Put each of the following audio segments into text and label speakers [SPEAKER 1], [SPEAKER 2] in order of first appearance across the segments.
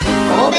[SPEAKER 1] 神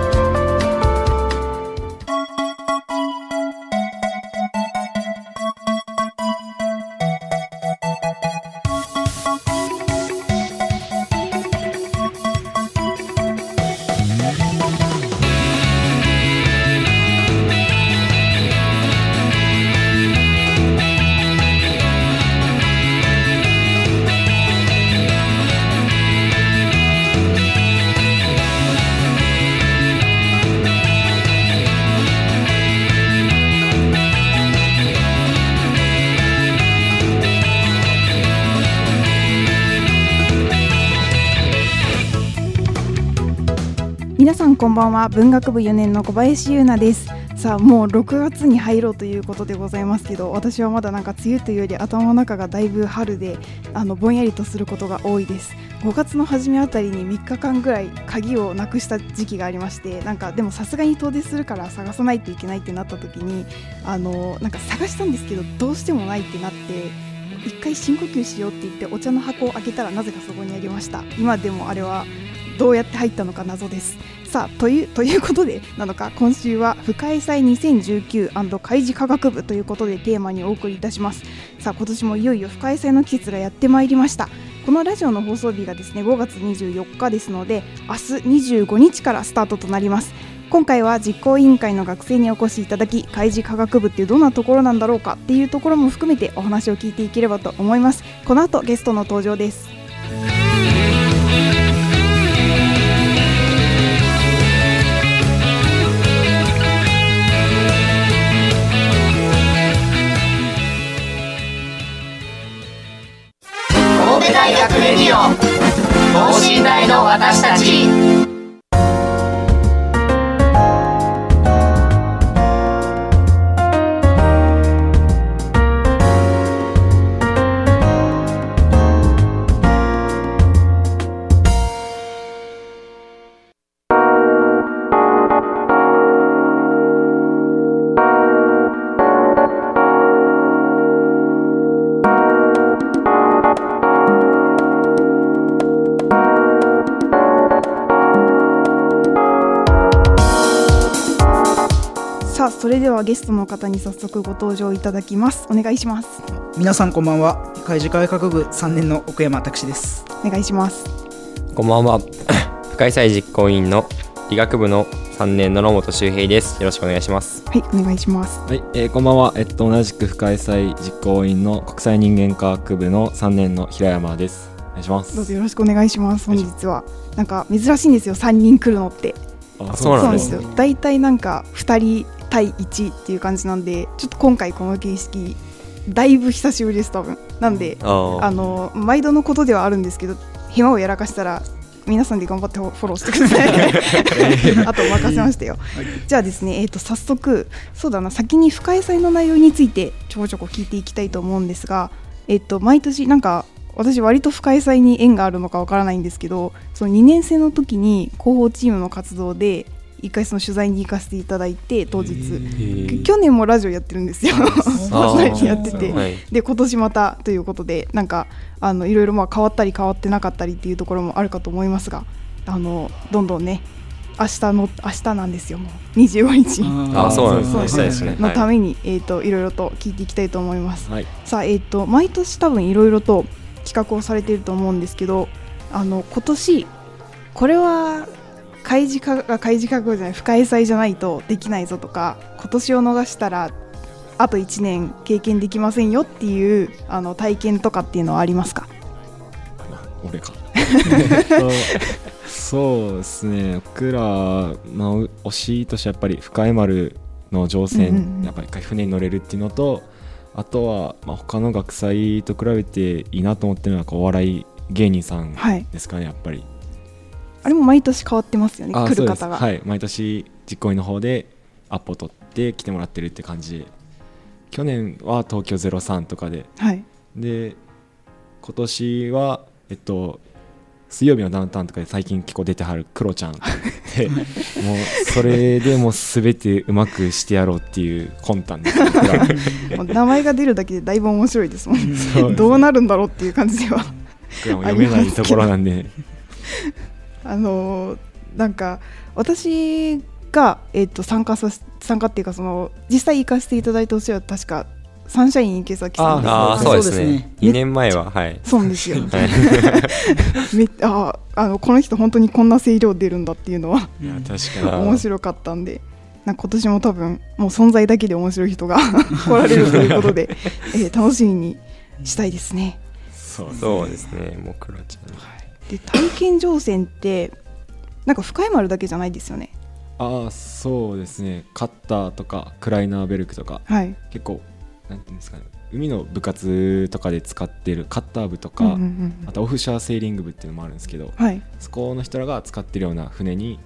[SPEAKER 2] 皆さんこんばんは文学部4年の小林優奈ですさあもう6月に入ろうということでございますけど私はまだなんか梅雨というより頭の中がだいぶ春であのぼんやりとすることが多いです5月の初めあたりに3日間ぐらい鍵をなくした時期がありましてなんかでもさすがに遠出するから探さないといけないってなった時にあのなんか探したんですけどどうしてもないってなって一回深呼吸しようって言ってお茶の箱を開けたらなぜかそこにありました今でもあれはどうやって入ったのか謎ですさあというということでなのか今週は「不開催2019開示科学部」ということでテーマにお送りいたしますさあ今年もいよいよ不開催の季節がやってまいりましたこのラジオの放送日がですね5月24日ですので明日25日からスタートとなります今回は実行委員会の学生にお越しいただき開示科学部ってどんなところなんだろうかっていうところも含めてお話を聞いていければと思いますこの後ゲストの登場です
[SPEAKER 1] 神戸大学レディオ等身大の私たち
[SPEAKER 2] さあそれではゲストの方に早速ご登場いただきますお願いします
[SPEAKER 3] 皆さんこんばんは海事科学部3年の奥山拓司です
[SPEAKER 2] お願いします
[SPEAKER 4] こんばんは。 不開催実行委員の医学部の3年の野本周平です。よろしくお願いします。
[SPEAKER 2] はいお願いします
[SPEAKER 5] はい、えーこんばんは。えっと、同じく不開催実行委員の国際人間科学部の3年の平山です。お願いしま
[SPEAKER 2] どうぞ
[SPEAKER 5] す。
[SPEAKER 2] よろしくお願いします本日はなんか珍しいんですよ3人来るのって
[SPEAKER 5] あ
[SPEAKER 4] そうなんです
[SPEAKER 2] そうなんですよ大体なんか2人対1っていう感じなんでちょっと今回この形式だいぶ久しぶりです多分なんであ
[SPEAKER 4] あ
[SPEAKER 2] の毎度のことではあるんですけど暇をやらかしたら皆さんで頑張ってフォローしてくだ さいあとお任せましたよ、じゃあですね、えー、と早速そうだな先に不開催の内容についてちょこちょこ聞いていきたいと思うんですが、えー、と毎年なんか私割と不開催に縁があるのかわからないんですけどその2年生の時に広報チームの活動で一回その取材に行かせていただいて当日去年もラジオやってるんですよ パーソナリティやってて
[SPEAKER 4] ーはい。
[SPEAKER 2] で今年またということでなんかあのいろいろまあ変わったり変わってなかったりっていうところもあるかと思いますがあのどんどんね明日の明日なんですよもう25日
[SPEAKER 4] あー、そうなんです
[SPEAKER 2] そう
[SPEAKER 4] ね。したいですね。
[SPEAKER 2] のた
[SPEAKER 4] はい
[SPEAKER 2] めに、い、えーといろいろと聞いていきたいと思います。
[SPEAKER 5] はい。
[SPEAKER 2] さあえっ、と毎年多分いろいろと企画をされていると思うんですけどあの今年これは開示科学開示科学じゃない不開催じゃないとできないぞとか今年を逃したらあと1年経験できませんよっていうあの体験とかっていうのはありますか
[SPEAKER 5] 俺か。えっとそうですね。僕ら、まあ、う推しとしてやっぱり深江丸の乗船、
[SPEAKER 2] うんうんうん
[SPEAKER 5] やっぱり一回船に乗れるっていうのと、あとは、まあ、他の学祭と比べていいなと思ってるのは、こうお笑い芸人さん
[SPEAKER 2] はい
[SPEAKER 5] ですかね、やっぱり。
[SPEAKER 2] あれも毎年変わってますよね
[SPEAKER 5] あ
[SPEAKER 2] 来
[SPEAKER 5] そ
[SPEAKER 2] る
[SPEAKER 5] うです
[SPEAKER 2] 方が、
[SPEAKER 5] はい毎年実行委員の方でアポ取って来てもらってるって感じで去年は東京03とかで
[SPEAKER 2] はい
[SPEAKER 5] で今年はえっと水曜日のダウンタウンとかで最近結構出てはるクロちゃんでもうそれでもう全てうまくしてやろうっていう魂胆です僕ら
[SPEAKER 2] もう名前が出るだけでだいぶ面白いですもんね
[SPEAKER 5] そうです
[SPEAKER 2] どうなるんだろうっていう感じでは
[SPEAKER 5] 僕らも読めないところなんで
[SPEAKER 2] あのーなんか私が、えっと参加させ参加っていうかその実際行かせていただいたお世話は確かサンシャイン池崎さんです
[SPEAKER 4] ああ、そうです
[SPEAKER 1] そうです
[SPEAKER 4] ね
[SPEAKER 1] ね。
[SPEAKER 4] 2年前は、はい。
[SPEAKER 2] そうなんですよ
[SPEAKER 4] はい
[SPEAKER 2] めあーあのこの人本当にこんな声量出るんだっていうのは
[SPEAKER 5] いや確
[SPEAKER 4] あ
[SPEAKER 5] か
[SPEAKER 4] ー
[SPEAKER 2] 面白かったんでなんか今年も多分もう存在だけで面白い人が 来られるということで、えー楽しみにしたいですね。
[SPEAKER 5] にそうです
[SPEAKER 4] そうですね、もうクロちゃ
[SPEAKER 2] で体験乗船ってなんか深い丸だけじゃないですよね。
[SPEAKER 5] ああそうですねカッターとかクライナーベルクとか
[SPEAKER 2] はい、
[SPEAKER 5] 結構なんていうんですかね海の部活とかで使ってるカッター部と
[SPEAKER 2] うんう
[SPEAKER 5] か、
[SPEAKER 2] んうん
[SPEAKER 5] あとオフシャーセーリング部っていうのもあるんですけど
[SPEAKER 2] はい、
[SPEAKER 5] そこの人らが使ってるような船に、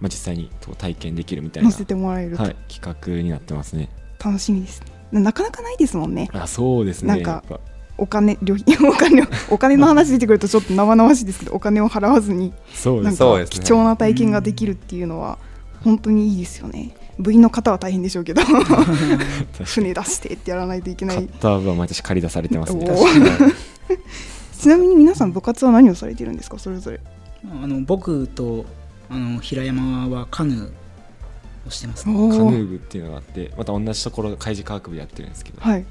[SPEAKER 5] まあ、実際にこう体験できるみたいな、
[SPEAKER 2] 乗
[SPEAKER 5] は
[SPEAKER 2] せ
[SPEAKER 5] い、
[SPEAKER 2] てもらえると
[SPEAKER 5] 企画になってますね
[SPEAKER 2] 楽しみです、ななかなかないですもんね
[SPEAKER 5] あそうですね
[SPEAKER 2] なんか
[SPEAKER 5] やっぱ
[SPEAKER 2] お金旅費 お金をお金の話出てくるとちょっと生々しいですけどお金を払わずに
[SPEAKER 5] そうで
[SPEAKER 2] なん
[SPEAKER 5] す
[SPEAKER 4] そう
[SPEAKER 2] か
[SPEAKER 4] です
[SPEAKER 2] 貴
[SPEAKER 4] ね
[SPEAKER 2] 重な体験ができるっていうのは本当にいいですよね部員の方は大変でしょうけ ど船出してってやらないといけ
[SPEAKER 5] カ
[SPEAKER 2] ない
[SPEAKER 5] ッター部は毎年借り出されてますね
[SPEAKER 2] おー
[SPEAKER 5] 確かに
[SPEAKER 2] ちなみに皆さん部活は何をされてるんですかそれぞれ
[SPEAKER 1] あの僕とあの平山はカヌーをしてます、
[SPEAKER 2] お
[SPEAKER 1] ね、
[SPEAKER 5] カヌ
[SPEAKER 2] ー
[SPEAKER 5] ー部っていうのがあってまた同じところ海事科学部やってるんですけど、
[SPEAKER 2] はい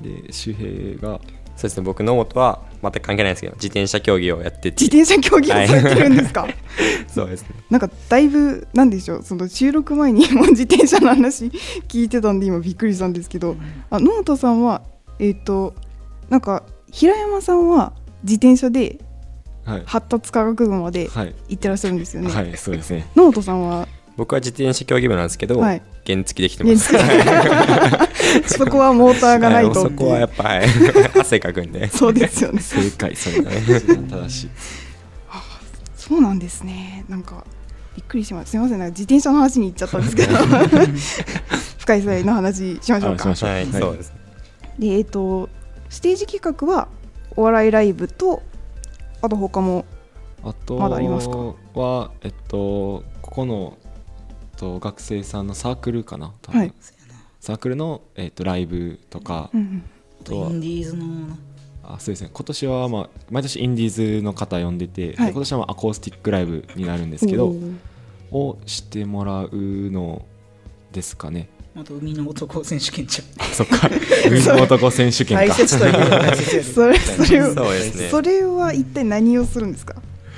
[SPEAKER 5] で周平が
[SPEAKER 4] ん。そうですね、僕、野本は全く関係ないですけど、自転車競技をやってて
[SPEAKER 2] 自、転車競技をされてるんですか、
[SPEAKER 4] そうですね。
[SPEAKER 2] なんかだいぶなんでしょうその収録前にもう自転車の話聞いてたんで今びっくりしたんですけど、あ野本さんはえっ、となんか平山さんは自転車で
[SPEAKER 5] はい
[SPEAKER 2] 発達科学部まで
[SPEAKER 5] はい、
[SPEAKER 2] 行ってらっしゃるんですよね。
[SPEAKER 5] はい、そうですね
[SPEAKER 2] 野本さんは
[SPEAKER 4] 僕は自転車競技部なんですけど、
[SPEAKER 2] はい
[SPEAKER 4] 原付できて
[SPEAKER 2] 原
[SPEAKER 4] ます。
[SPEAKER 2] 付そこはモーターがない
[SPEAKER 4] はい
[SPEAKER 2] と
[SPEAKER 4] そ
[SPEAKER 2] って
[SPEAKER 4] こ
[SPEAKER 2] い
[SPEAKER 4] はや
[SPEAKER 2] う
[SPEAKER 4] っぱ、はい 汗かくんで。
[SPEAKER 2] そうですよね。
[SPEAKER 5] 正解それが一番正しい
[SPEAKER 2] そうなんですね。なんかびっくりしました。すみません、なんか自転車の話に行っちゃったんですけど、深い世代の話しましょう
[SPEAKER 5] あしま
[SPEAKER 2] か。
[SPEAKER 5] しょう
[SPEAKER 4] はい、そうです。
[SPEAKER 2] で、えっ、とステージ企画はお笑いライブとあと他も
[SPEAKER 5] あと
[SPEAKER 2] まだありますか
[SPEAKER 5] は、えっと、ここの、えっと、学生さんのサークルかな、多分
[SPEAKER 2] はい
[SPEAKER 5] サークルの、えっと、ライブとか、
[SPEAKER 2] うん
[SPEAKER 5] あとは
[SPEAKER 1] インディーズの
[SPEAKER 5] あそうですね今年は、まあ、毎年インディーズの方呼んでて、で
[SPEAKER 2] はい
[SPEAKER 5] 今年はまあアコースティックライブになるんで
[SPEAKER 2] う
[SPEAKER 5] す
[SPEAKER 2] ん
[SPEAKER 5] けど
[SPEAKER 2] おー
[SPEAKER 5] をしてもらうのですかね
[SPEAKER 1] あと海の男選手権 じゃん
[SPEAKER 5] そっか海の男選手権
[SPEAKER 1] 大
[SPEAKER 5] か
[SPEAKER 1] 切という大切 や
[SPEAKER 2] それそれを
[SPEAKER 4] そうですね。
[SPEAKER 2] それは一体何をするんですか。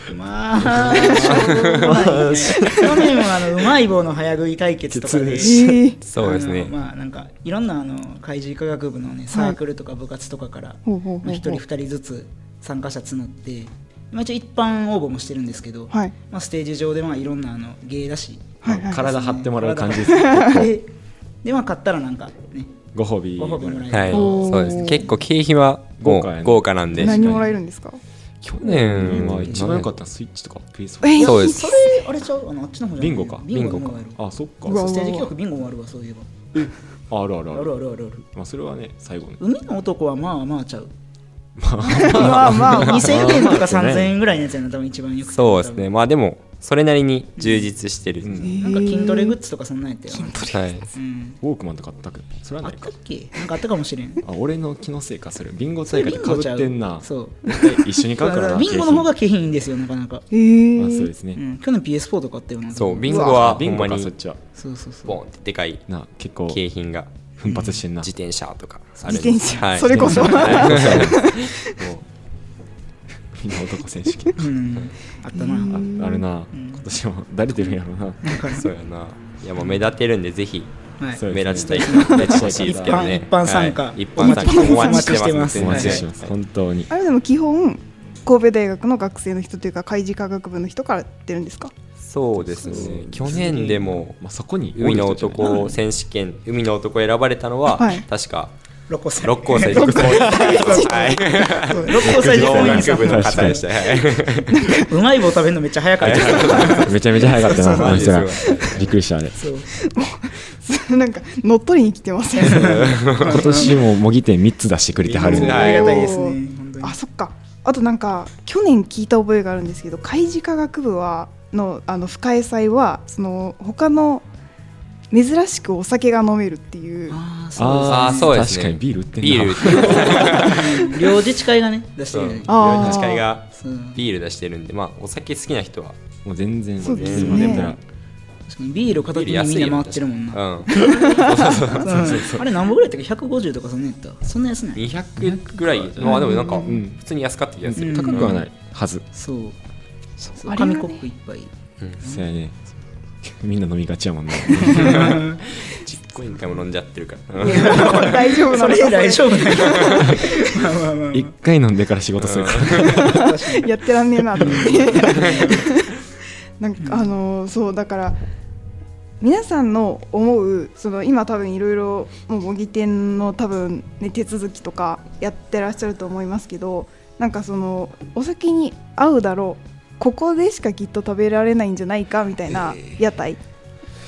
[SPEAKER 1] でまあしょうがないね去年はあのうまい棒の早食い対決とかで
[SPEAKER 5] え
[SPEAKER 2] えー、
[SPEAKER 4] そうです
[SPEAKER 1] あ
[SPEAKER 4] ね
[SPEAKER 1] の。まあなんかいろんなあの海事科学部のねサークルとか部活とかから、
[SPEAKER 2] ほうほう
[SPEAKER 1] ま
[SPEAKER 2] ほう
[SPEAKER 1] あ、1人
[SPEAKER 2] ほう
[SPEAKER 1] 2。人ずつ参加者募って、まあ、一応一般応募もしてるんですけど、
[SPEAKER 2] はい。
[SPEAKER 1] まあ、ステージ上でまあいろんなあの芸だし
[SPEAKER 2] はいはい。
[SPEAKER 5] 体張ってもらう感じ で す
[SPEAKER 1] ででまあ買ったらなんかね
[SPEAKER 5] ご褒美
[SPEAKER 1] ご褒美もらえる、
[SPEAKER 4] はい、
[SPEAKER 2] おー
[SPEAKER 4] そうですね。結構経費はも
[SPEAKER 5] 豪華やね
[SPEAKER 4] う豪華なんで、
[SPEAKER 2] 何もらえるんですか。
[SPEAKER 4] 去
[SPEAKER 5] うん
[SPEAKER 4] 年
[SPEAKER 5] まあ
[SPEAKER 4] は
[SPEAKER 5] 一番良かったのはスイッチとかプレイスフォ
[SPEAKER 2] えー
[SPEAKER 4] た。そうで
[SPEAKER 1] そ
[SPEAKER 4] す
[SPEAKER 1] れ。あれちゃうあのあっちの方じゃない
[SPEAKER 5] ビンゴか
[SPEAKER 1] ビンゴの方がある
[SPEAKER 5] あそっか
[SPEAKER 2] うわ
[SPEAKER 1] そうステージ企画ビンゴもあるわそういえ
[SPEAKER 5] ああるあるあ
[SPEAKER 1] ば
[SPEAKER 5] る
[SPEAKER 1] あるあるあるある
[SPEAKER 5] まあ、それはね最後ね
[SPEAKER 1] 海の男はまあまあちゃう
[SPEAKER 2] まあま あまあ。
[SPEAKER 1] 2000円とか3000円ぐらいのやつやな多分一番よくて
[SPEAKER 4] そうですね。まあでも、それなりに充実してる。
[SPEAKER 5] うん
[SPEAKER 1] なんか筋トレグッズとかそんなんやったよ、
[SPEAKER 4] はい。
[SPEAKER 1] うん、
[SPEAKER 5] ウォークマンとかあったくそれは
[SPEAKER 1] あ
[SPEAKER 5] な
[SPEAKER 1] っ
[SPEAKER 5] い
[SPEAKER 1] た
[SPEAKER 5] か
[SPEAKER 1] っけなんかあったかもしれん
[SPEAKER 5] あ俺の気のせいかそれビンゴ大会でかぶってんな
[SPEAKER 1] そう
[SPEAKER 5] 絶対一緒に買うからな
[SPEAKER 1] ビンゴの方が景品いいんですよなかなか、
[SPEAKER 2] え
[SPEAKER 5] 景品あ
[SPEAKER 2] ー
[SPEAKER 5] そうです
[SPEAKER 1] う
[SPEAKER 5] ね
[SPEAKER 1] ん、去年 PS4 とかあったよな
[SPEAKER 4] そう、ビンゴ
[SPEAKER 2] う
[SPEAKER 4] はほ
[SPEAKER 5] ビン
[SPEAKER 4] ん
[SPEAKER 5] ゴ
[SPEAKER 4] ま
[SPEAKER 5] か
[SPEAKER 4] に
[SPEAKER 5] そっちは
[SPEAKER 1] そうそうそう
[SPEAKER 4] ボンってでかい
[SPEAKER 5] な結構
[SPEAKER 4] 景品が
[SPEAKER 5] 奮発してんな
[SPEAKER 4] 自転車とかあるん
[SPEAKER 2] 自
[SPEAKER 4] で
[SPEAKER 2] 転車、
[SPEAKER 4] はい
[SPEAKER 2] それこそ。
[SPEAKER 5] ビンゴ男選手権
[SPEAKER 1] うん、あったな、
[SPEAKER 5] ああるな今年も誰出るんやろうな
[SPEAKER 1] だから
[SPEAKER 4] そうやな。いやもう目立てるんでぜひ
[SPEAKER 1] はい
[SPEAKER 5] そうで
[SPEAKER 4] 目
[SPEAKER 5] すね
[SPEAKER 4] 立ちたい人は目立ちほしいですけどね。
[SPEAKER 1] 一般参加
[SPEAKER 4] はい一般参加
[SPEAKER 1] お
[SPEAKER 4] お
[SPEAKER 1] 待ち
[SPEAKER 4] 待ち
[SPEAKER 1] して
[SPEAKER 4] して
[SPEAKER 1] ま
[SPEAKER 4] ますす。
[SPEAKER 5] お待ちして
[SPEAKER 4] は
[SPEAKER 5] ま
[SPEAKER 4] い
[SPEAKER 5] す本当に
[SPEAKER 2] あれでも基本神戸大学の学生の人というか海事科学部の人から出るんですか
[SPEAKER 4] そうですね。去年でも
[SPEAKER 5] まあそこに
[SPEAKER 4] 海の男選手権海の男選ばれたのは
[SPEAKER 2] はい
[SPEAKER 4] 確か
[SPEAKER 1] 六甲祭
[SPEAKER 4] 六甲祭六甲祭はい
[SPEAKER 1] そう六甲祭
[SPEAKER 4] 農
[SPEAKER 1] 実
[SPEAKER 4] 学部
[SPEAKER 1] 行
[SPEAKER 4] の方でした。は い
[SPEAKER 1] 員うまい棒食べるのめっちゃ早かった
[SPEAKER 5] めちゃめちゃ早かったなあの人ら
[SPEAKER 4] そうそう
[SPEAKER 5] びっくりしたあれ
[SPEAKER 1] そう
[SPEAKER 2] なんか乗っ取りに来てますね
[SPEAKER 5] 今年も模擬店3つ出してくれてはるんで
[SPEAKER 4] は
[SPEAKER 1] ありがたいですね本当に
[SPEAKER 2] あそっかあとなんか去年聞いた覚えがあるんですけど海事科学部はのあの深江祭はその他の珍しくお酒が飲めるっていう
[SPEAKER 1] ああ
[SPEAKER 4] あー
[SPEAKER 1] そ
[SPEAKER 4] そうですね
[SPEAKER 5] 確かにビール売ってんな
[SPEAKER 4] ビール売ってる
[SPEAKER 1] うですね両自治会がね出してくれる
[SPEAKER 2] あー
[SPEAKER 4] 自治会が
[SPEAKER 1] そう
[SPEAKER 4] ビール出してるんでまあお酒好きな人は
[SPEAKER 5] もう全然
[SPEAKER 2] そうですよ
[SPEAKER 4] ね
[SPEAKER 5] 全然
[SPEAKER 1] 確かにビール片
[SPEAKER 4] ビ
[SPEAKER 1] 手
[SPEAKER 4] ール
[SPEAKER 1] に
[SPEAKER 4] 安い
[SPEAKER 1] み
[SPEAKER 4] よ
[SPEAKER 1] んな回ってるもんな
[SPEAKER 4] うん
[SPEAKER 1] うんあれ何本ぐらいだったっけ150とかそんなやったそんな安ない
[SPEAKER 4] 200ぐらいまあでもなんか
[SPEAKER 5] ん
[SPEAKER 4] 普通に安かった気がする、
[SPEAKER 1] うん
[SPEAKER 5] 高くはないはず
[SPEAKER 1] そうそう
[SPEAKER 2] あれはね
[SPEAKER 1] 紙コップ一 杯
[SPEAKER 5] そうやねみんな飲みがちやもんね
[SPEAKER 4] 実行委員会も飲んじゃってるから、うん
[SPEAKER 2] 大丈夫なの
[SPEAKER 1] そ
[SPEAKER 2] かそ
[SPEAKER 1] れ
[SPEAKER 2] れ
[SPEAKER 1] 大丈夫 だよまあまあまあ
[SPEAKER 5] 一回飲んでから仕事するから
[SPEAKER 2] やってらんねえなと思って なんかあのそうだから皆さんの思うその今多分いろいろもう模擬店の多分、ね、手続きとかやってらっしゃると思いますけどなんかそのお酒に合うだろうここでしかきっと食べられないんじゃないかみたいな屋台、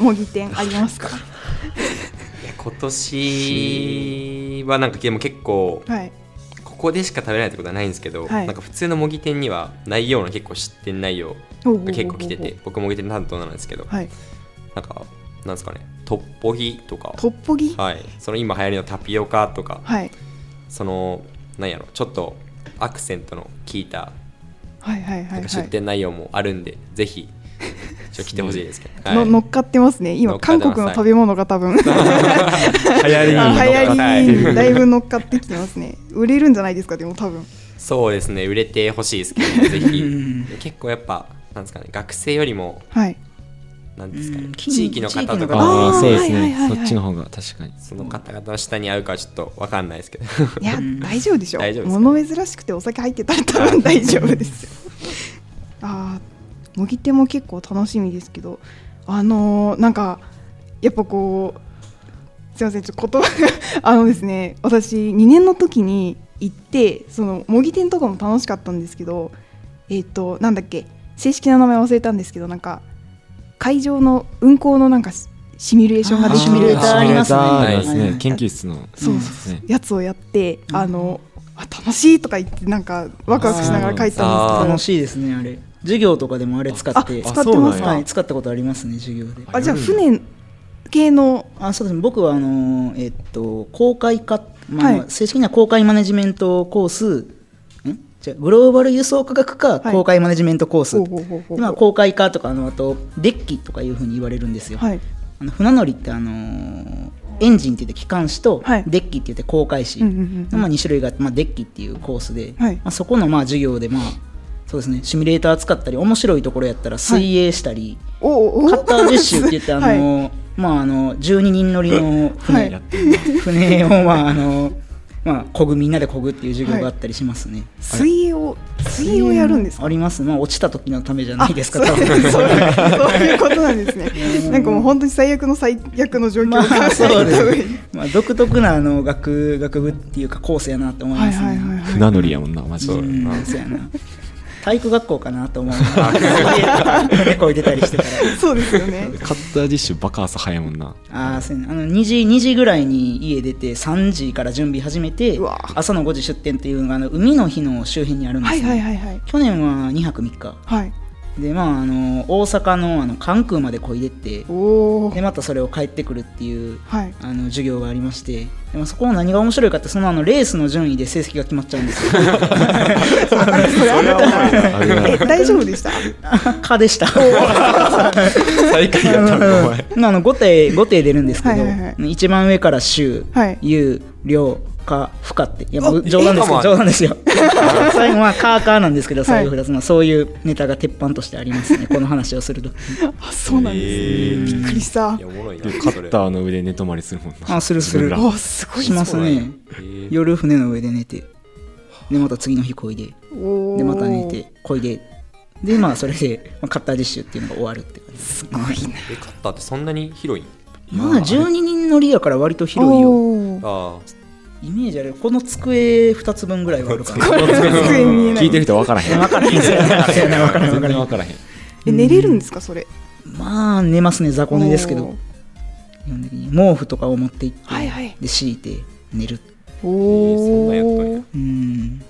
[SPEAKER 2] 模擬店ありますか
[SPEAKER 4] いや今年はなんかでも結構
[SPEAKER 2] はい
[SPEAKER 4] ここでしか食べれないってことはないんですけど、
[SPEAKER 2] はい
[SPEAKER 4] なんか普通の模擬店にはないような結構知ってん内容が結構来てて僕模擬店担当なんですけど、
[SPEAKER 2] はい
[SPEAKER 4] なんかなんですかねトッポギとか
[SPEAKER 2] トッポギ
[SPEAKER 4] はいその今流行りのタピオカとか、
[SPEAKER 2] はい
[SPEAKER 4] そのなんやろちょっとアクセントの効いた
[SPEAKER 2] はいはいは
[SPEAKER 4] ない
[SPEAKER 2] は
[SPEAKER 4] んか出
[SPEAKER 2] い
[SPEAKER 4] 店内容もあるんで、ぜひちょっと来てほしいですけ ど、
[SPEAKER 2] の
[SPEAKER 4] はい
[SPEAKER 2] 乗っかってますね
[SPEAKER 4] 乗
[SPEAKER 2] 今
[SPEAKER 4] っかっ
[SPEAKER 2] 韓
[SPEAKER 4] てます
[SPEAKER 2] 国の食べ物が多分
[SPEAKER 5] 流行りに
[SPEAKER 2] あ流行り
[SPEAKER 5] 乗っかっ
[SPEAKER 2] に
[SPEAKER 5] て
[SPEAKER 2] だいぶ乗っかってきてますね売れるんじゃないですかでも多分
[SPEAKER 4] そうですね売れてほしいですけど、ぜひ
[SPEAKER 1] うん
[SPEAKER 4] 結構やっぱなんですかね学生よりも
[SPEAKER 2] はい
[SPEAKER 4] なんですか
[SPEAKER 1] う
[SPEAKER 4] ね
[SPEAKER 1] ん
[SPEAKER 4] 地域の方
[SPEAKER 1] 地
[SPEAKER 4] と
[SPEAKER 1] 域の
[SPEAKER 4] か
[SPEAKER 1] 方
[SPEAKER 5] あ
[SPEAKER 2] あー
[SPEAKER 5] あそうです
[SPEAKER 2] はいはいはい
[SPEAKER 5] ね
[SPEAKER 2] はい
[SPEAKER 5] そっちの方が確かに
[SPEAKER 4] その方々の下に合うかはちょっとわかんないですけど
[SPEAKER 2] いや大丈夫でしょ
[SPEAKER 4] 大丈夫ですか
[SPEAKER 2] 物珍しくてお酒入ってたら多分大丈夫ですよあー模擬店も結構楽しみですけどあのーなんかやっぱこうすいませんちょっと言葉が あのですね私2年の時に行ってその模擬店とかも楽しかったんですけどえっ、となんだっけ正式な名前忘れたんですけどなんか会場の運行のなんかシシミュレーションが
[SPEAKER 1] あ
[SPEAKER 2] でき
[SPEAKER 1] シミュレータ
[SPEAKER 2] る
[SPEAKER 1] ーありますね
[SPEAKER 5] あります
[SPEAKER 1] はいはいは
[SPEAKER 5] ね
[SPEAKER 1] い
[SPEAKER 5] 研究室の
[SPEAKER 2] そうそう
[SPEAKER 5] ですね
[SPEAKER 2] やつをやって、
[SPEAKER 1] うん
[SPEAKER 2] あのあ楽しいとか言ってなんかワクワクしながら帰ったん
[SPEAKER 1] 楽
[SPEAKER 2] です
[SPEAKER 1] しいですねあれ授業とかでもあれ使
[SPEAKER 2] けどあ
[SPEAKER 1] って
[SPEAKER 2] 使ってます
[SPEAKER 5] あ
[SPEAKER 1] は
[SPEAKER 2] か
[SPEAKER 1] い、使ったことありますね授業で
[SPEAKER 2] あじゃあ船系の
[SPEAKER 1] あそうですね僕はあのーえっと公開化、まあ
[SPEAKER 2] はい
[SPEAKER 1] 正式には公開マネジメントコースんじゃあグローバル輸送科学科
[SPEAKER 2] はい
[SPEAKER 1] 公開マネジメントコース、
[SPEAKER 2] ほうほうほうほう
[SPEAKER 1] でまあ、公開化とかあのあとデッキとかいうふうに言われるんですよ、
[SPEAKER 2] はい
[SPEAKER 1] あの船乗りってあのーエンジンって言って機関士と
[SPEAKER 2] はい
[SPEAKER 1] デッキって言って航海士
[SPEAKER 2] うんうんうんうん
[SPEAKER 1] まあ、2種類があって、まあ、デッキっていうコースで、
[SPEAKER 2] はい
[SPEAKER 1] まあ、そこのまあ授業で、まあそうですね、シミュレーター使ったり面白いところやったら水泳したり、
[SPEAKER 2] おおお
[SPEAKER 1] カッター実習って言って、あの
[SPEAKER 2] はい
[SPEAKER 1] まあ、あの12人乗りの船,、
[SPEAKER 2] はいや
[SPEAKER 1] 船を、まああのまあ、こぐみんなでこぐっていう授業があったりしますね。
[SPEAKER 2] 水泳を水泳をやるんです
[SPEAKER 1] あ
[SPEAKER 2] か
[SPEAKER 1] ります、まあ、落ちた時のためじゃ
[SPEAKER 2] あ
[SPEAKER 1] ないですか、
[SPEAKER 2] そう
[SPEAKER 1] 多分
[SPEAKER 2] そうそういうことなんですねなんかもう本当に最悪の最悪の状況を
[SPEAKER 1] ま
[SPEAKER 2] 考
[SPEAKER 1] あ、
[SPEAKER 2] えた
[SPEAKER 1] そ
[SPEAKER 2] 上
[SPEAKER 1] うで
[SPEAKER 2] に
[SPEAKER 1] す まあ独特なあの学学部っていうかコースやなと思い
[SPEAKER 2] は
[SPEAKER 1] ま
[SPEAKER 2] い
[SPEAKER 1] すね。
[SPEAKER 2] はいはいはい
[SPEAKER 5] 船乗りやもんなマジで
[SPEAKER 1] うん、そうやな。体育学校かなと思う。船こいでたり してたら。
[SPEAKER 2] そうですよね
[SPEAKER 5] カッター実習バカ朝早いもんな
[SPEAKER 1] ああ、そうやな。あの2時2時ぐらいに家出て3時から準備始めて
[SPEAKER 2] うわ、
[SPEAKER 1] 朝の5時出店っていうのがあの海の日の周辺にあるんで
[SPEAKER 2] は
[SPEAKER 1] す
[SPEAKER 2] い
[SPEAKER 1] よ、
[SPEAKER 2] はいはいはい
[SPEAKER 1] 去年は2泊3日。
[SPEAKER 2] はい
[SPEAKER 1] で、まああの大阪のあの関空までこいでって、
[SPEAKER 2] おお
[SPEAKER 1] でまたそれを帰ってくるっていう。
[SPEAKER 2] はい
[SPEAKER 1] あの授業がありましてでもそこの何が面白いかってそのあのレースの順位で成績が決まっちゃう んですよ
[SPEAKER 2] それあなた
[SPEAKER 5] 危ない
[SPEAKER 2] え大丈夫でした
[SPEAKER 1] 蚊でした
[SPEAKER 5] 最下位 やったのお前
[SPEAKER 1] まあ、あの5艇5艇出 るんですけど、
[SPEAKER 2] はいはいは
[SPEAKER 1] 一番上から州、
[SPEAKER 2] はい
[SPEAKER 1] 有量か不可っていやもう
[SPEAKER 2] お
[SPEAKER 1] 冗談ですよ
[SPEAKER 4] え
[SPEAKER 1] 冗談です よ最後はカーカーなんですけど最後
[SPEAKER 2] はい
[SPEAKER 1] 2つ、まあ、そういうネタが鉄板としてあります ねこの話をすると
[SPEAKER 2] あそうなんですねびっくりした
[SPEAKER 4] いやおもろいな
[SPEAKER 5] で
[SPEAKER 4] そ
[SPEAKER 5] カ
[SPEAKER 4] れ
[SPEAKER 5] ッターの上で寝泊まりするもんな
[SPEAKER 1] あするする
[SPEAKER 5] 自分ら
[SPEAKER 2] おすごい
[SPEAKER 1] しますね
[SPEAKER 4] えー
[SPEAKER 1] 夜船の上で寝てでまた次の日こいで
[SPEAKER 2] おー
[SPEAKER 1] でまた寝てこいででまあそれで、まあ、カッター実習っていうのが終わるって感じすごいな
[SPEAKER 4] えカッターってそんなに広いん
[SPEAKER 1] まあ12人乗りやから割と広いよ
[SPEAKER 2] おー
[SPEAKER 4] あー
[SPEAKER 1] イメージあるこの机2つ分ぐらいはあるかな
[SPEAKER 2] 机に見えな
[SPEAKER 5] 聞いてる人は分からへん
[SPEAKER 1] 分からへんすよ
[SPEAKER 5] 全然分からへん
[SPEAKER 2] え寝れるんですかそれ
[SPEAKER 1] まあ寝ますね雑魚寝ですけ
[SPEAKER 2] お
[SPEAKER 1] ど
[SPEAKER 2] ー
[SPEAKER 1] 基本的に毛布とかを持って行って、
[SPEAKER 2] はいはい
[SPEAKER 1] で敷いて寝る
[SPEAKER 2] お
[SPEAKER 4] そんなんやっとん
[SPEAKER 2] お
[SPEAKER 4] や
[SPEAKER 1] うん
[SPEAKER 2] で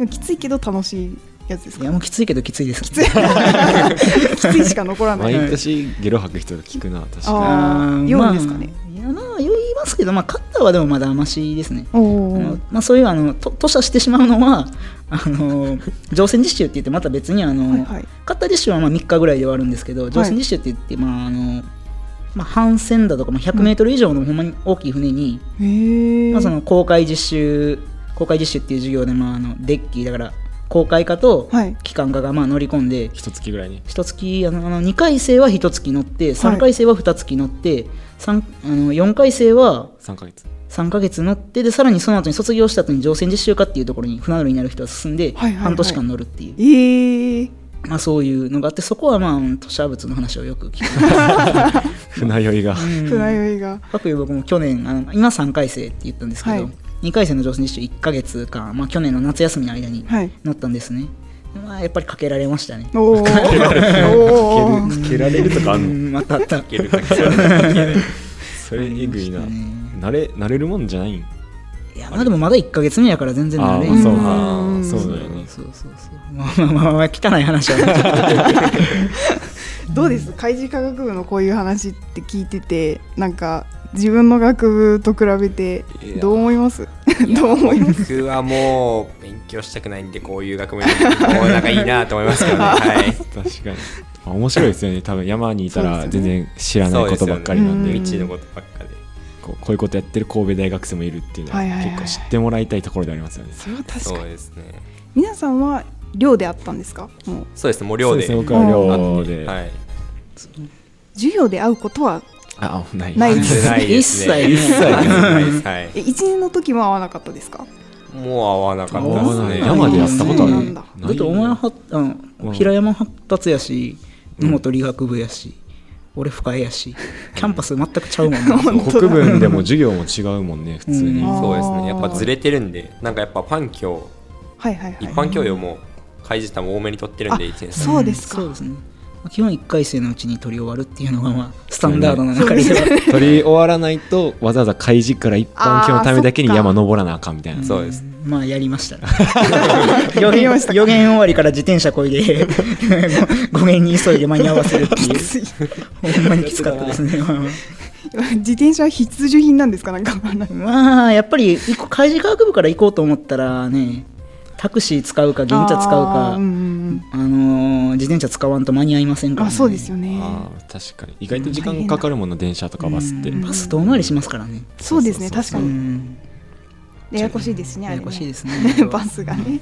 [SPEAKER 2] もきついけど楽しいやつです
[SPEAKER 1] い
[SPEAKER 2] か
[SPEAKER 1] やもうきついけどきついですきつ
[SPEAKER 2] きついしか残らない
[SPEAKER 5] 毎年ゲロ吐く人が聞くな確か
[SPEAKER 2] あー酔うんですかね、
[SPEAKER 1] いやまあ酔いますけど、まあ、カッターはでもまだましですね
[SPEAKER 2] お
[SPEAKER 1] あ
[SPEAKER 2] お
[SPEAKER 1] のまあ、そういうあのと吐射してしまうのはあの乗船実習って言ってまた別にあの、
[SPEAKER 2] はいはい
[SPEAKER 1] カッター実習はまあ3日ぐらいではあるんですけど乗船実習って言って、まああのまあ、帆船だとか、まあ、100m 以上のほんまに大きい船に、
[SPEAKER 2] へえ
[SPEAKER 1] まあ、その公開実習公開実習っていう授業で、まあ、あのデッキだから公開科と
[SPEAKER 2] はい
[SPEAKER 1] 機関科がまあ乗り込んで、
[SPEAKER 5] 一月ぐらいに
[SPEAKER 1] 一月あのあの2回生は1月乗って3回生は2月乗って、三あの4回生は
[SPEAKER 5] 3ヶ月
[SPEAKER 1] 3ヶ月乗ってでさらにその後に卒業した後に乗船実習科っていうところに船乗りになる人は進んで
[SPEAKER 2] はいはいはい
[SPEAKER 1] 半年間乗るっていう、
[SPEAKER 2] ええ
[SPEAKER 1] まあ、そういうのがあってそこはまあ吐砂物の話をよく聞く
[SPEAKER 5] 船酔い が
[SPEAKER 2] 船酔いが
[SPEAKER 1] 各僕も去年あの今3回生って言ったんですけど、
[SPEAKER 2] はい
[SPEAKER 1] 2回生の乗船実習1ヶ月間、まあ、去年の夏休みの間に
[SPEAKER 2] はい
[SPEAKER 1] 乗ったんですね、でまあ、やっぱりかけられましたね
[SPEAKER 2] おおおおお
[SPEAKER 5] 蹴られるとかあんの
[SPEAKER 1] うんまたあった
[SPEAKER 4] けるだけじゃない
[SPEAKER 5] それえぐいな
[SPEAKER 1] ありま
[SPEAKER 5] 慣れ慣れるもんじゃないん
[SPEAKER 1] いやまあでもまだ1ヶ月目やから全然慣れ
[SPEAKER 5] あーそう
[SPEAKER 1] うん
[SPEAKER 5] あ
[SPEAKER 2] う
[SPEAKER 5] ー
[SPEAKER 2] ん
[SPEAKER 5] そうだよね
[SPEAKER 1] そうそうそうまあまあまあまあ汚い話はねちょっと
[SPEAKER 2] どうです海事科学部のこういう話って聞いててなんか自分の学部と比べてどう思います どう思います
[SPEAKER 4] 僕はもう勉強したくないんでこういう学問にもうなんかいいなと思いますけどね、はい、
[SPEAKER 5] 確かにあ面白いですよね多分山にいた
[SPEAKER 2] そ
[SPEAKER 5] ら
[SPEAKER 2] うです
[SPEAKER 5] 全
[SPEAKER 2] よね
[SPEAKER 5] 然知らないことばっかりなんで
[SPEAKER 2] うん
[SPEAKER 4] 未知のことばっかで
[SPEAKER 5] こうこういうことやってる神戸大学生もいるっていうのは
[SPEAKER 2] はいはいはい
[SPEAKER 5] 結構知ってもらいたいところでありますよね
[SPEAKER 2] それは確
[SPEAKER 4] そ
[SPEAKER 2] か
[SPEAKER 4] う
[SPEAKER 2] に
[SPEAKER 4] ですね
[SPEAKER 2] 皆さんは寮であったんですかもう
[SPEAKER 4] そうですねもう寮で
[SPEAKER 5] そうすね僕は寮で、
[SPEAKER 4] はい
[SPEAKER 2] 授業で会うことは
[SPEAKER 5] ああない
[SPEAKER 2] ないです
[SPEAKER 4] 出ないですね
[SPEAKER 1] 一切ね
[SPEAKER 4] まずないですはい
[SPEAKER 2] え1年の時も会わなかったですか
[SPEAKER 4] もう合わ なかった
[SPEAKER 5] 合
[SPEAKER 4] で
[SPEAKER 5] わ
[SPEAKER 4] す
[SPEAKER 5] ない
[SPEAKER 4] ね
[SPEAKER 5] 山でやったことある
[SPEAKER 2] そうなんだ
[SPEAKER 1] だってお前はあ
[SPEAKER 5] う
[SPEAKER 1] の
[SPEAKER 5] ん
[SPEAKER 1] 平山発達やし野本理学部やし、俺深江やしキャンパス全くちゃう もんな
[SPEAKER 5] 国分でも授業も違うもんね普通に、
[SPEAKER 1] うん
[SPEAKER 2] あ
[SPEAKER 4] そうですねやっぱずれてるんでなんかやっぱパン教
[SPEAKER 2] はいはいはい
[SPEAKER 4] 一般教養も開示たも多めに取ってるんで
[SPEAKER 2] あ
[SPEAKER 4] 1年生
[SPEAKER 2] そうですか
[SPEAKER 1] そうですね基本1回生のうちに取り終わるっていうのがまあスタンダードな中では、
[SPEAKER 5] 取り終わらないとわざわざ開示から一般教のためだけに山登らなあかんみたいな
[SPEAKER 4] そうです
[SPEAKER 1] まあやりました ね
[SPEAKER 2] や
[SPEAKER 1] 予
[SPEAKER 2] り
[SPEAKER 1] 言
[SPEAKER 2] ました
[SPEAKER 1] 予言終わりから自転車こいで 語源に急いで間に合わせるっていうほんまにきつかったですね
[SPEAKER 2] 自転車は必需品なんですかなんかわからない
[SPEAKER 1] まあやっぱり一個海事科学部から行こうと思ったらねタクシー使うか原茶使うか
[SPEAKER 2] あーうんうん
[SPEAKER 1] あのー自転車使わんと間に合いません
[SPEAKER 2] うん
[SPEAKER 1] から、
[SPEAKER 2] あ
[SPEAKER 1] ね、
[SPEAKER 2] そうですよね
[SPEAKER 5] あー確かに意外と時間かかるもんな電車とかバスって
[SPEAKER 1] バス遠回りしますからね
[SPEAKER 2] そうですね
[SPEAKER 5] そう
[SPEAKER 2] 確
[SPEAKER 5] そ
[SPEAKER 2] か
[SPEAKER 1] う
[SPEAKER 2] に
[SPEAKER 1] ん
[SPEAKER 2] ややこしいですねあれ
[SPEAKER 1] やや
[SPEAKER 2] ね
[SPEAKER 1] こしいですね
[SPEAKER 2] バスがね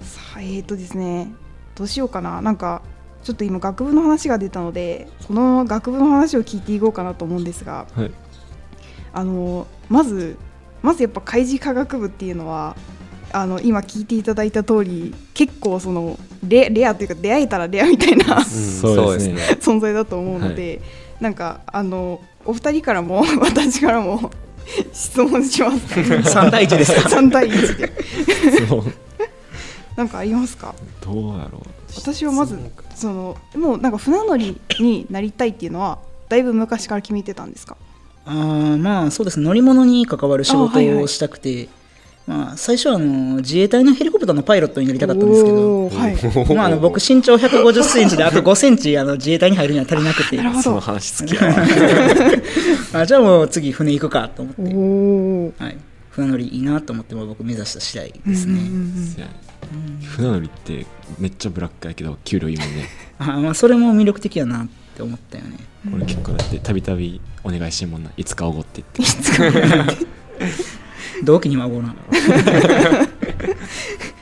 [SPEAKER 2] さあえーとですねどうしようかななんかちょっと今学部の話が出たのでこの学部の話を聞いていこうかなと思うんですが
[SPEAKER 5] はい
[SPEAKER 2] あのまずまずやっぱ開示科学部っていうのはあの今聞いていただいた通り結構そのレレアというか出会えたらレアみたいな
[SPEAKER 4] うん
[SPEAKER 5] そうですね
[SPEAKER 2] 存在だと思うので、なんかあのお二人からも 私からも質問します
[SPEAKER 1] 3対1ですか
[SPEAKER 2] 3対1で
[SPEAKER 5] そう
[SPEAKER 2] なんかあります か
[SPEAKER 5] どうやろう
[SPEAKER 2] 私はまずそのもうなんか船乗りになりたいっていうのはだいぶ昔から決めてたんですか
[SPEAKER 1] あーまあそうですね乗り物に関わる仕
[SPEAKER 2] あはい
[SPEAKER 1] 事
[SPEAKER 2] は
[SPEAKER 1] を
[SPEAKER 2] い
[SPEAKER 1] したくてまあ、最初はあの自衛隊のヘリコプターのパイロットになりたかったんですけど、
[SPEAKER 2] おーは い、
[SPEAKER 1] まあ、あの僕身長1 5 0ンチであと5センチあの自衛隊に入るには足りなくて
[SPEAKER 2] なるほ
[SPEAKER 5] その
[SPEAKER 2] ど
[SPEAKER 5] 話好きやわ
[SPEAKER 1] あじゃあもう次船行くかと思って、
[SPEAKER 2] おおー
[SPEAKER 1] はい、船乗りいいなと思ってまあ僕目指した次第ですね、
[SPEAKER 5] そうやね船乗りってめっちゃブラックやけど給料いいもんね
[SPEAKER 1] あーまあ、それも魅力的やなって思ったよね
[SPEAKER 5] 俺結構だってたびたびお願いしてんもんないつかおごってって
[SPEAKER 1] 同期に孫な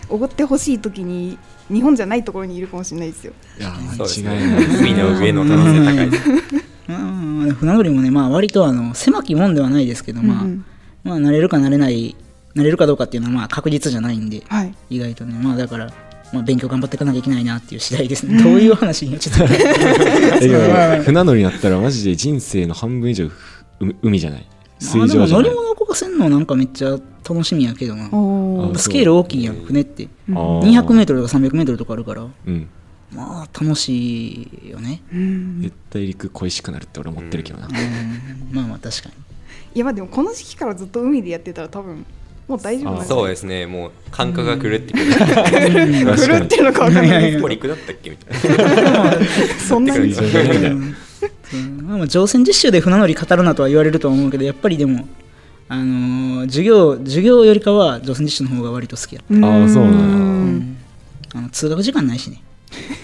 [SPEAKER 2] おごってほしい時に日本じゃないところにいるかもしれないですよ
[SPEAKER 5] いやー
[SPEAKER 4] そうです
[SPEAKER 5] 間違いない
[SPEAKER 4] ね海の上の可能性高いです
[SPEAKER 1] うん船乗りもね、まあ、割とあの狭きもんではないですけど、まあ
[SPEAKER 2] うんうん
[SPEAKER 1] まあ、慣れるか慣れない慣れるかどうかっていうのはまあ確実じゃないんで
[SPEAKER 2] はい
[SPEAKER 1] 意外とね、まあ、だから、まあ、勉強頑張っていかなきゃいけないなっていう次第ですね、どういう話にちょっと
[SPEAKER 5] えでも船乗りになったらマジで人生の半分以上ふ海海じゃない水
[SPEAKER 1] あで
[SPEAKER 5] 上
[SPEAKER 1] も
[SPEAKER 5] じゃ
[SPEAKER 1] 乗
[SPEAKER 5] な
[SPEAKER 1] り
[SPEAKER 5] い
[SPEAKER 1] 物をこがせんのなんかめっちゃ楽しみやけどな
[SPEAKER 2] おお
[SPEAKER 5] ー
[SPEAKER 1] スケール大きいやん船って
[SPEAKER 5] あー
[SPEAKER 1] 200m とか 300m とかあるから
[SPEAKER 5] うん
[SPEAKER 1] まあ楽しいよ ね、
[SPEAKER 5] 絶対陸恋しくなるって俺思ってるけどな、
[SPEAKER 1] うんまあまあ確かに
[SPEAKER 2] いやまあでもこの時期からずっと海でやってたら多分もう大丈夫なんですか
[SPEAKER 4] そうですねもう感覚が狂ってくる、
[SPEAKER 5] 確か
[SPEAKER 2] 狂
[SPEAKER 5] に
[SPEAKER 2] ってるのかわかんないです
[SPEAKER 4] これいくだったっけみたいな
[SPEAKER 2] そんなに
[SPEAKER 4] 狂ってくる
[SPEAKER 1] うんまあまあ乗船実習で船乗り語るなとは言われるとは思うけどやっぱりでも、あのー授業授業よりかは乗船実習の方が割と好きや
[SPEAKER 2] うーん
[SPEAKER 5] ああそうなんや
[SPEAKER 1] あの通学時間ないしね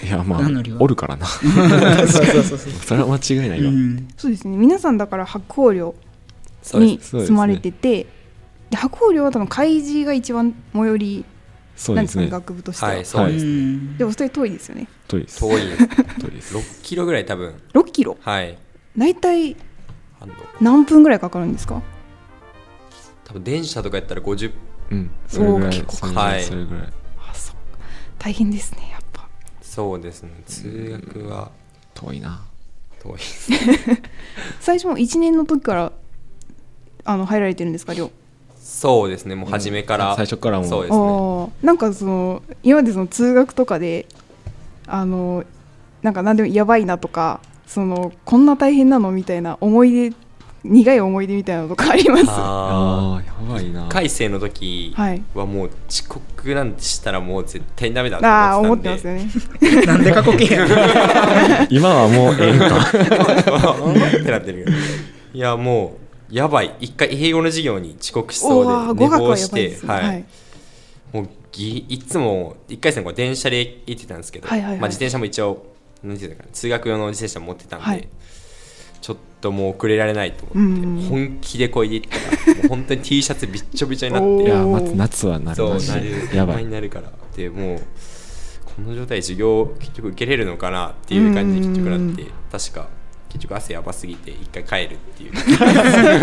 [SPEAKER 5] いやまあ
[SPEAKER 1] 何よりは
[SPEAKER 5] おるから な
[SPEAKER 1] そうそうそうそう、
[SPEAKER 5] それは間違いないうわ、
[SPEAKER 1] ん、
[SPEAKER 2] そうですね皆さんだから白鵬寮
[SPEAKER 4] そう
[SPEAKER 2] に
[SPEAKER 4] です
[SPEAKER 5] そうですね
[SPEAKER 2] 住まれててで白鵬寮は多分開示が一番最寄り
[SPEAKER 5] そう
[SPEAKER 2] なん
[SPEAKER 5] で
[SPEAKER 2] です
[SPEAKER 5] す
[SPEAKER 2] かね
[SPEAKER 5] ね
[SPEAKER 2] 学部としては、
[SPEAKER 4] はいそうです、
[SPEAKER 1] うん
[SPEAKER 2] でもそれ遠いですよね
[SPEAKER 5] 遠いです
[SPEAKER 4] 遠い です
[SPEAKER 5] 遠いです
[SPEAKER 4] 6キロぐらい多分
[SPEAKER 2] 6キロ
[SPEAKER 4] はい
[SPEAKER 2] 大体
[SPEAKER 4] あの
[SPEAKER 2] 何分ぐらいかかるんですか
[SPEAKER 4] 多分電車とかやったら50
[SPEAKER 5] うんそ
[SPEAKER 2] そう
[SPEAKER 5] れぐらい
[SPEAKER 2] 結構
[SPEAKER 5] それぐ
[SPEAKER 4] は
[SPEAKER 5] ら
[SPEAKER 4] い
[SPEAKER 5] いそれぐらい
[SPEAKER 2] あそっか大変ですねやっぱ
[SPEAKER 4] そうですね通学は
[SPEAKER 5] 遠いな
[SPEAKER 4] 遠い です
[SPEAKER 2] 最初も1年の時からあの入られてるんですか寮
[SPEAKER 4] そうですねもう初めから、
[SPEAKER 5] うん最初からもう
[SPEAKER 4] そうですね
[SPEAKER 2] ああなんかその今までその通学とかであのなんか何でもやばいなとかそのこんな大変なのみたいな思い出苦い思い出みたいなのとかありますは
[SPEAKER 4] あ
[SPEAKER 5] ああやばいな
[SPEAKER 4] あ改正の時
[SPEAKER 2] い
[SPEAKER 4] はもう遅刻なんてしたらもう絶対にダメだ
[SPEAKER 2] ああ
[SPEAKER 4] と
[SPEAKER 2] 思
[SPEAKER 4] 思
[SPEAKER 2] っ
[SPEAKER 4] って
[SPEAKER 2] て
[SPEAKER 4] たん
[SPEAKER 2] ま
[SPEAKER 4] です
[SPEAKER 2] よね
[SPEAKER 1] なんで過去形やねん
[SPEAKER 5] 今はもうええんか
[SPEAKER 4] 思 ってなってるけどいやもうやばい一回英語の授業に遅刻し
[SPEAKER 2] お
[SPEAKER 4] そう
[SPEAKER 2] ー
[SPEAKER 4] で寝
[SPEAKER 2] 語学
[SPEAKER 4] 坊
[SPEAKER 2] はや
[SPEAKER 4] し
[SPEAKER 2] ばい
[SPEAKER 4] て
[SPEAKER 2] ですね
[SPEAKER 4] はい、もうぎいつも1回戦こう電車で行ってたんですけど、
[SPEAKER 2] はいはいはい
[SPEAKER 4] まあ、自転車も一応なんていうのかな通学用の自転車持ってたんで、
[SPEAKER 2] はい
[SPEAKER 4] ちょっともう遅れられないと思っ
[SPEAKER 2] う
[SPEAKER 4] て、
[SPEAKER 2] んうん
[SPEAKER 4] 本気でこいで行ったらもう本当に T シャツびっちょびちょになって
[SPEAKER 5] いや
[SPEAKER 2] おー
[SPEAKER 5] まず夏はなる
[SPEAKER 4] そう
[SPEAKER 5] マ
[SPEAKER 4] な
[SPEAKER 5] ジ
[SPEAKER 4] る
[SPEAKER 5] でや ば
[SPEAKER 4] に
[SPEAKER 5] い
[SPEAKER 4] なるからでもうこの状態で授業結局受けれるのかなっていう感じで結局なって確か結局汗やばすぎて一回帰るっ ていう
[SPEAKER 2] 着替え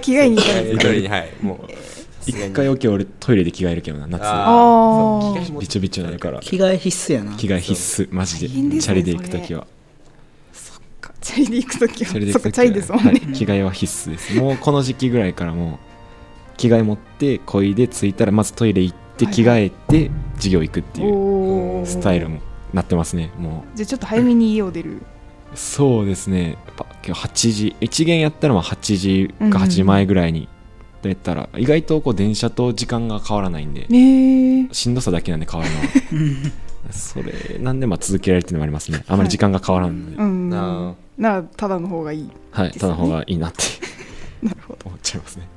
[SPEAKER 2] 着替えに行ったんです
[SPEAKER 4] 一
[SPEAKER 2] か
[SPEAKER 4] 人にはいもうさすが
[SPEAKER 5] 一
[SPEAKER 4] に
[SPEAKER 5] 回起き俺トイレで着替えるけどな夏
[SPEAKER 4] あ
[SPEAKER 2] ああ
[SPEAKER 5] びちょびちょになるから
[SPEAKER 1] 着替え必須やな
[SPEAKER 5] 着替え必須マジで
[SPEAKER 2] 大変ですね
[SPEAKER 5] チャリで行くときは
[SPEAKER 2] チャリで行く時は
[SPEAKER 5] チャリで
[SPEAKER 2] そっ
[SPEAKER 5] 行く
[SPEAKER 2] か
[SPEAKER 5] と
[SPEAKER 2] チャリですもんね、
[SPEAKER 5] はい着替えは必須ですもうこの時期ぐらいからもう着替え持ってこいで着いたらまずトイレ行って
[SPEAKER 2] はい
[SPEAKER 5] 着替えて授業行くっていう
[SPEAKER 2] おお
[SPEAKER 5] スタイ
[SPEAKER 2] ル
[SPEAKER 5] ルもなってますねも
[SPEAKER 2] じゃあちょっと早めに家を出る
[SPEAKER 5] うそうですねやっぱ今日8時一限やったらまあ8時か8時前ぐらいにやったら意外とこう電車と時間が変わらないんで
[SPEAKER 2] ねえ
[SPEAKER 5] しんどさだけなんで変わるのはそれなんでまあ続けられてるのもありますねあまり時間が変わらんので、
[SPEAKER 2] うん
[SPEAKER 4] なあ
[SPEAKER 2] ならただの方がいい
[SPEAKER 5] はい
[SPEAKER 2] です
[SPEAKER 5] た
[SPEAKER 2] よ
[SPEAKER 5] だ
[SPEAKER 2] ね
[SPEAKER 5] の方がいいなって
[SPEAKER 2] なるほど
[SPEAKER 5] 思っちゃいますね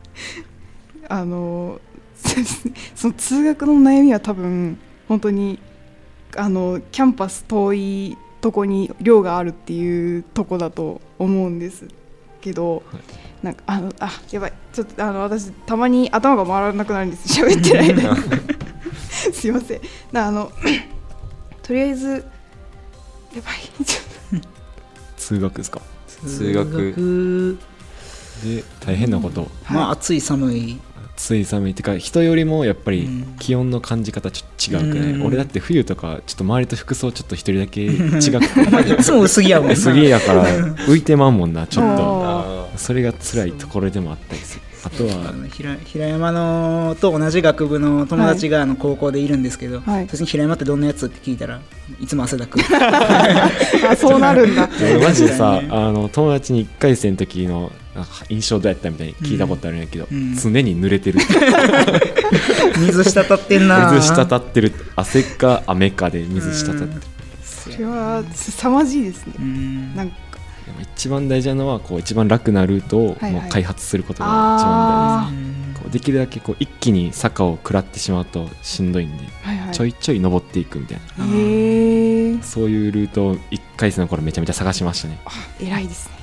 [SPEAKER 2] あの その通学の悩みは多分本当にあのキャンパス遠いとこに寮があるっていうとこだと思うんですけど、
[SPEAKER 5] はい
[SPEAKER 2] なんかあのあやばいちょっとあの私たまに頭が回らなくなるんです 喋ってない 間にすいませんなあの とりあえずやばいちょっ
[SPEAKER 5] 通学ですか
[SPEAKER 4] 通学
[SPEAKER 5] で大変なこと
[SPEAKER 2] と
[SPEAKER 1] まあ
[SPEAKER 2] はい
[SPEAKER 1] 暑い寒い
[SPEAKER 5] つい寒いってか人よりもやっぱ
[SPEAKER 1] う
[SPEAKER 5] り
[SPEAKER 1] ん
[SPEAKER 5] 気温の感じ方ちょっと違うくない、
[SPEAKER 1] うん
[SPEAKER 5] 俺だって冬とかちょっと周りと服装ちょっと一人だけ違く
[SPEAKER 1] まあいつも薄着やもん
[SPEAKER 5] て
[SPEAKER 1] な
[SPEAKER 5] すげえやから浮いてまんもんなちょっと
[SPEAKER 2] あー
[SPEAKER 4] あー
[SPEAKER 5] それが辛いところでもあったりするあと
[SPEAKER 1] あ
[SPEAKER 5] は
[SPEAKER 1] の 平平山のと同じ学部の友達があの高校でいるんですけど、
[SPEAKER 2] はい
[SPEAKER 1] 私に平山ってどんなやつって聞いたらいつも汗だく
[SPEAKER 2] あそうなるん だ
[SPEAKER 5] 俺マジでさ、
[SPEAKER 1] ね
[SPEAKER 5] あの友達に1回戦の時のなんか印象どうやったみたいに聞いたことあるんやけど、
[SPEAKER 1] うん
[SPEAKER 5] 常に濡 れてる
[SPEAKER 1] 水滴ってんな
[SPEAKER 5] 水滴ってる汗か雨かで水滴ってる、
[SPEAKER 1] うん
[SPEAKER 2] それは凄まじいですね
[SPEAKER 1] うん
[SPEAKER 2] なんか
[SPEAKER 5] でも一番大事なのはこう一番楽なルートを
[SPEAKER 2] はいはい
[SPEAKER 5] もう開発することが一番大事
[SPEAKER 2] あ
[SPEAKER 5] です、こうできるだけこう一気に坂を食らってしまうとしんどいんで、
[SPEAKER 2] はいはい
[SPEAKER 5] ちょいちょい登っていくみたいな
[SPEAKER 2] へえ
[SPEAKER 5] そういうルートを1回戦の頃めちゃめちゃ探しましたね
[SPEAKER 2] 偉いですね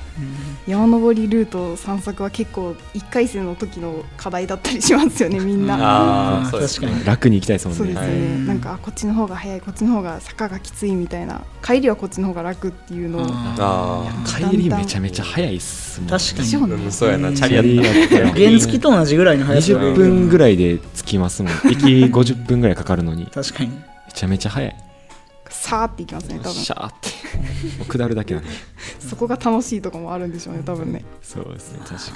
[SPEAKER 2] 山登りルート散策は結構1回戦の時の課題だったりしますよねみんな。
[SPEAKER 4] あ
[SPEAKER 1] あー
[SPEAKER 4] ーそうですね
[SPEAKER 1] 確か
[SPEAKER 5] 楽に行きたいですも
[SPEAKER 2] そうんで
[SPEAKER 5] ね
[SPEAKER 2] す
[SPEAKER 4] ね
[SPEAKER 2] よ
[SPEAKER 4] はい
[SPEAKER 2] ね、なんかあこっちの方が早いこっちの方が坂がきついみたいな帰りはこっちの方が楽っていうのを
[SPEAKER 1] あ
[SPEAKER 4] あー
[SPEAKER 1] ー
[SPEAKER 5] 帰りめちゃめちゃ早いっすもん
[SPEAKER 1] 確か
[SPEAKER 2] 一緒
[SPEAKER 1] に
[SPEAKER 4] うんそうやなチャ
[SPEAKER 5] チャ
[SPEAKER 4] リ
[SPEAKER 5] リ
[SPEAKER 4] やっ
[SPEAKER 5] やったら
[SPEAKER 1] 原付と同じぐらいの速さだよ
[SPEAKER 5] 20分ぐらいで着きます もん行き50分ぐらいかかるのにめ
[SPEAKER 1] 確かに
[SPEAKER 5] ちゃめちゃ早い
[SPEAKER 2] さーっていきますね多分
[SPEAKER 5] シャーってもう下るだけなんで
[SPEAKER 2] そこが楽しいとこもあるんでしょうね多分ね
[SPEAKER 5] そうですね確かに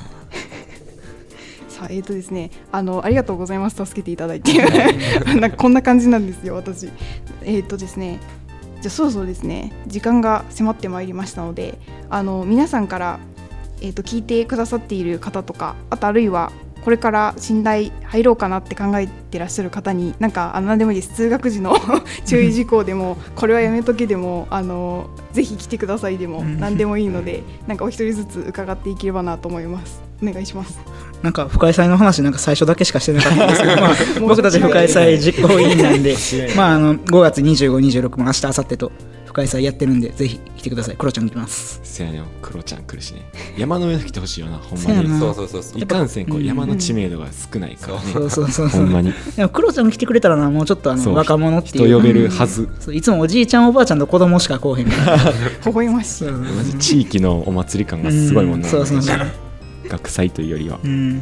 [SPEAKER 2] さあえーとですねあのありがとうございます助けていただいて なんかこんな感じなんですよ私えっ、とですねじゃあそろそろですね時間が迫ってまいりましたのであの皆さんからえーと聞いてくださっている方とかあとあるいはこれから信大入ろうかなって考えてらっしゃる方になんかあの何でもいいです通学時の 注意事項でもこれはやめとけでもあのぜひ来てくださいでも
[SPEAKER 1] うん
[SPEAKER 2] 何でもいいのでなんかお一人ずつ伺っていければなと思います。お願いします。
[SPEAKER 1] なんか不開催の話なんか最初だけしかしてなかったんです けど、まあ、
[SPEAKER 2] う
[SPEAKER 1] 僕たち不開催実行委員なんで
[SPEAKER 5] 違いない
[SPEAKER 1] まああの5月2526も明日明後日と不開催やってるんでぜひ来てくださいクロちゃんも来ます
[SPEAKER 5] せやねんクロちゃん来るしね山の上の来てほしいよなほん
[SPEAKER 1] せ
[SPEAKER 5] ま
[SPEAKER 1] や
[SPEAKER 5] に
[SPEAKER 1] な
[SPEAKER 4] そうそうそうそう
[SPEAKER 5] いかんせんこ
[SPEAKER 1] う
[SPEAKER 5] うん山の知名度が少ないからね、
[SPEAKER 1] そうそうそう
[SPEAKER 5] ほ
[SPEAKER 1] そ
[SPEAKER 5] んま
[SPEAKER 1] う
[SPEAKER 5] に
[SPEAKER 1] でもクロちゃんも来てくれたらなもうちょっとあ
[SPEAKER 5] そ
[SPEAKER 1] の
[SPEAKER 5] う
[SPEAKER 1] 若者っていう
[SPEAKER 5] 人呼べるはず、
[SPEAKER 1] そういつもおじいちゃんおばあちゃんと子供しか来おへんから
[SPEAKER 2] 微笑ましい。
[SPEAKER 1] そう
[SPEAKER 5] マジ地域のお祭り感がすごいもんな、
[SPEAKER 1] そうそうそう
[SPEAKER 5] 学祭というよりは
[SPEAKER 1] うん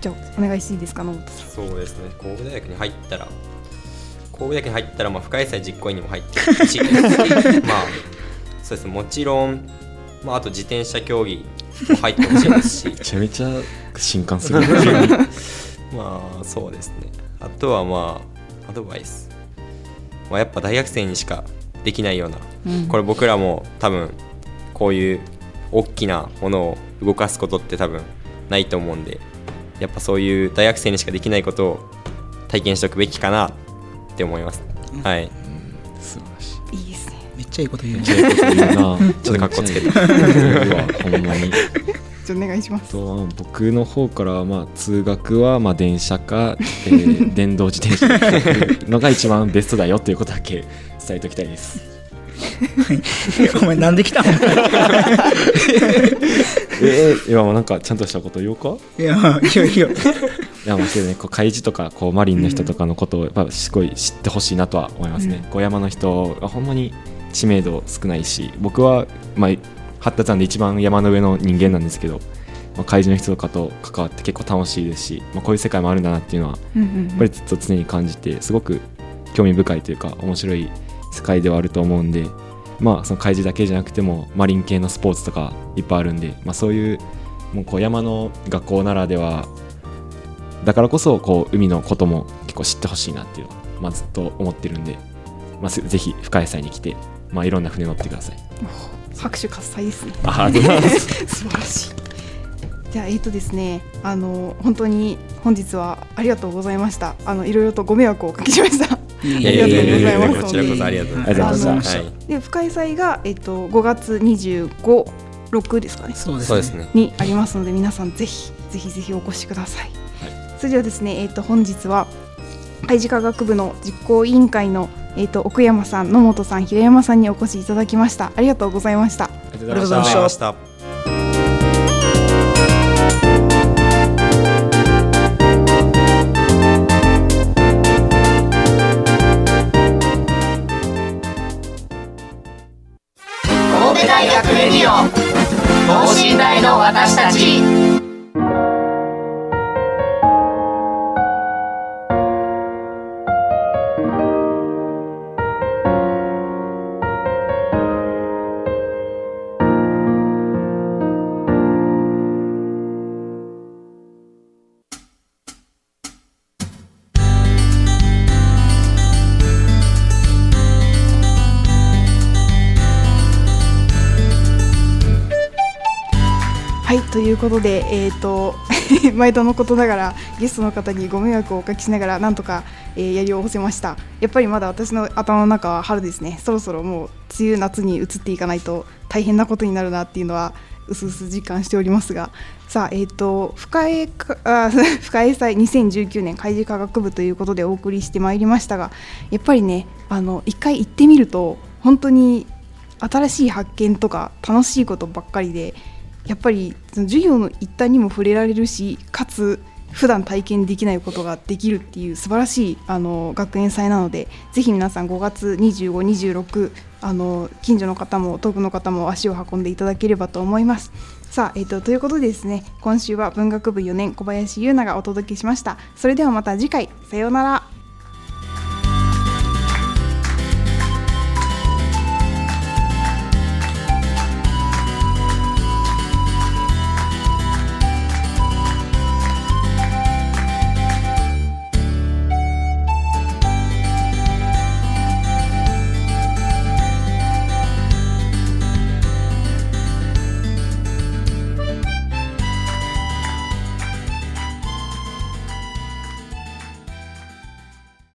[SPEAKER 2] じゃあお願いしていいですか野本さん。
[SPEAKER 4] そうですね神戸大学に入ったら神戸大学に入ったらまあ不開催実行委員にも入って るしまあそうですねもちろんまああと自転車競技も入ってほしいですし
[SPEAKER 5] めちゃめちゃ震撼する
[SPEAKER 4] まあそうですねあとはまあアドバイス、まあ、やっぱ大学生にしかできないような、これ僕らも多分こういう大きなものを動かすことって多分ないと思うんでやっぱそういう大学生にしかできないことを体験しておくべきかなって思います、はい
[SPEAKER 5] 素晴らしい
[SPEAKER 2] いいですね。
[SPEAKER 1] めっちゃいいこと言う
[SPEAKER 5] ちょっと言う
[SPEAKER 4] ち
[SPEAKER 5] な
[SPEAKER 4] ょっとかっこつけ
[SPEAKER 5] たほんまに
[SPEAKER 2] じゃあお願いします。
[SPEAKER 5] と僕の方からはまあ通学はまあ電車か、え ー電動自転車 で行くのが一番ベストだよということだけ伝えておきたいです。
[SPEAKER 1] お前なんで来たんい
[SPEAKER 5] えー、今もなんかちゃんとしたこと言おうか
[SPEAKER 1] やまあいいよいいよ
[SPEAKER 5] いやもうけどねこう開示とかこうマリンの人とかのことをやっぱすごい知ってほしいなとは思いますね。こう山の人はほんまに知名度少ないし僕は、まあ、八田山で一番山の上の人間なんですけど、まあ、開示の人とかと関わって結構楽しいですし、まあ、こういう世界もあるんだなっていうのは
[SPEAKER 2] うんうん
[SPEAKER 5] やっぱりずっと常に感じてすごく興味深いというか面白い世界ではあると思うんでまあその開示だけじゃなくてもマリン系のスポーツとかいっぱいあるんで、まあ、そういうもうこう山の学校ならではだからこそこう海のことも結構知ってほしいなっていうのは、まあ、ずっと思ってるんで、まあ、ぜぜひ深谷祭に来て、まあ、いろんな船乗ってください。
[SPEAKER 2] 拍手喝采ですね。
[SPEAKER 5] ありがとうございま す
[SPEAKER 2] 素晴らしい。じゃあえっ、とですね、あの本当に本日はありがとうございました。あのいろいろとご迷惑をおかけしました。
[SPEAKER 1] い
[SPEAKER 4] い
[SPEAKER 1] や
[SPEAKER 4] や
[SPEAKER 1] い
[SPEAKER 4] い
[SPEAKER 2] あ
[SPEAKER 1] や
[SPEAKER 4] や
[SPEAKER 1] い
[SPEAKER 2] り
[SPEAKER 1] や
[SPEAKER 2] がとうございます
[SPEAKER 4] いやこちらこそありがとうござい
[SPEAKER 5] ありがとうございま
[SPEAKER 4] ま
[SPEAKER 5] し
[SPEAKER 4] す、
[SPEAKER 5] た
[SPEAKER 4] はい、
[SPEAKER 2] で不開催がえっ、と5月25、6ですかね。
[SPEAKER 1] そうです
[SPEAKER 4] そう
[SPEAKER 1] ね
[SPEAKER 4] ですね
[SPEAKER 2] にありますので皆さんぜひぜひぜひお越しください。それではですね、えっ、と本日は海事科学部の実行委員会のえっ、と奥山さん、野本さん、平山さんにお越しいただきました。ありがとうございました。
[SPEAKER 5] ありがとう
[SPEAKER 1] ありがとうござい
[SPEAKER 4] あ
[SPEAKER 1] ま
[SPEAKER 4] りがとうご
[SPEAKER 1] し
[SPEAKER 4] ざい
[SPEAKER 1] た
[SPEAKER 4] ました
[SPEAKER 6] 神戸大学レディオン等身大の私たち
[SPEAKER 2] はいということで、えー、と 毎度のことながらゲストの方にご迷惑をおかけしながらなんとか、えーやりを干せましたやっぱりまだ私の頭の中は春ですねそろそろもう梅雨夏に移っていかないと大変なことになるなっていうのはうすうす実感しておりますがさあえっ、と深江かあ 深江祭2019年海事科学部ということでお送りしてまいりましたがやっぱりねあの一回行ってみると本当に新しい発見とか楽しいことばっかりでやっぱりその授業の一端にも触れられるしかつ普段体験できないことができるっていう素晴らしいあの学園祭なのでぜひ皆さん5月2526あの近所の方も遠くの方も足を運んでいただければと思います。さあ、えっとということでですね今週は文学部4年小林優奈がお届けしましたそれではまた次回さようなら